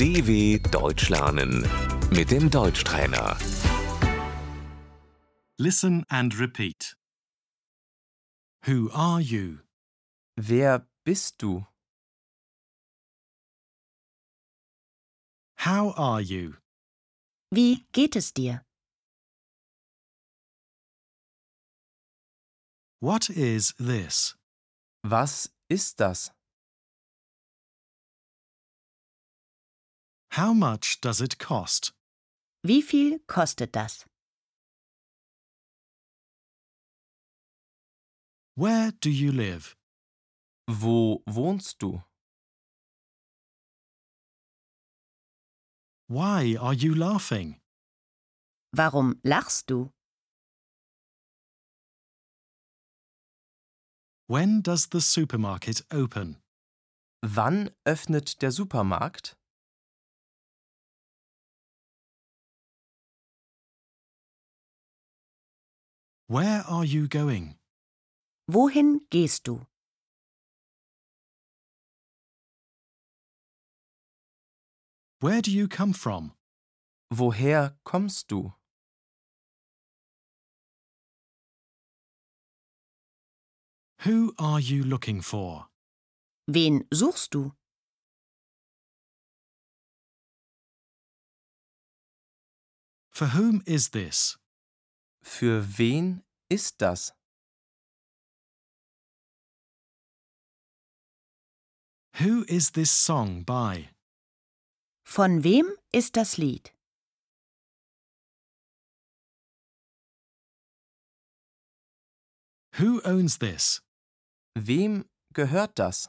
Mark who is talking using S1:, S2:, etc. S1: DW Deutsch lernen mit dem Deutschtrainer.
S2: Listen and repeat. Who are you?
S3: Wer bist du?
S2: How are you?
S4: Wie geht es dir?
S2: What is this?
S3: Was ist das?
S2: How much does it cost?
S4: Wie viel kostet das?
S2: Where do you live?
S3: Wo wohnst du?
S2: Why are you laughing?
S4: Warum lachst du?
S2: When does the supermarket open?
S3: Wann öffnet der Supermarkt?
S2: Where are you going?
S4: Wohin gehst du?
S2: Where do you come from?
S3: Woher kommst du?
S2: Who are you looking for?
S4: Wen suchst du?
S2: For whom is this?
S3: Für wen ist das?
S2: Who is this song by?
S4: Von wem ist das Lied?
S2: Who owns this?
S3: Wem gehört das?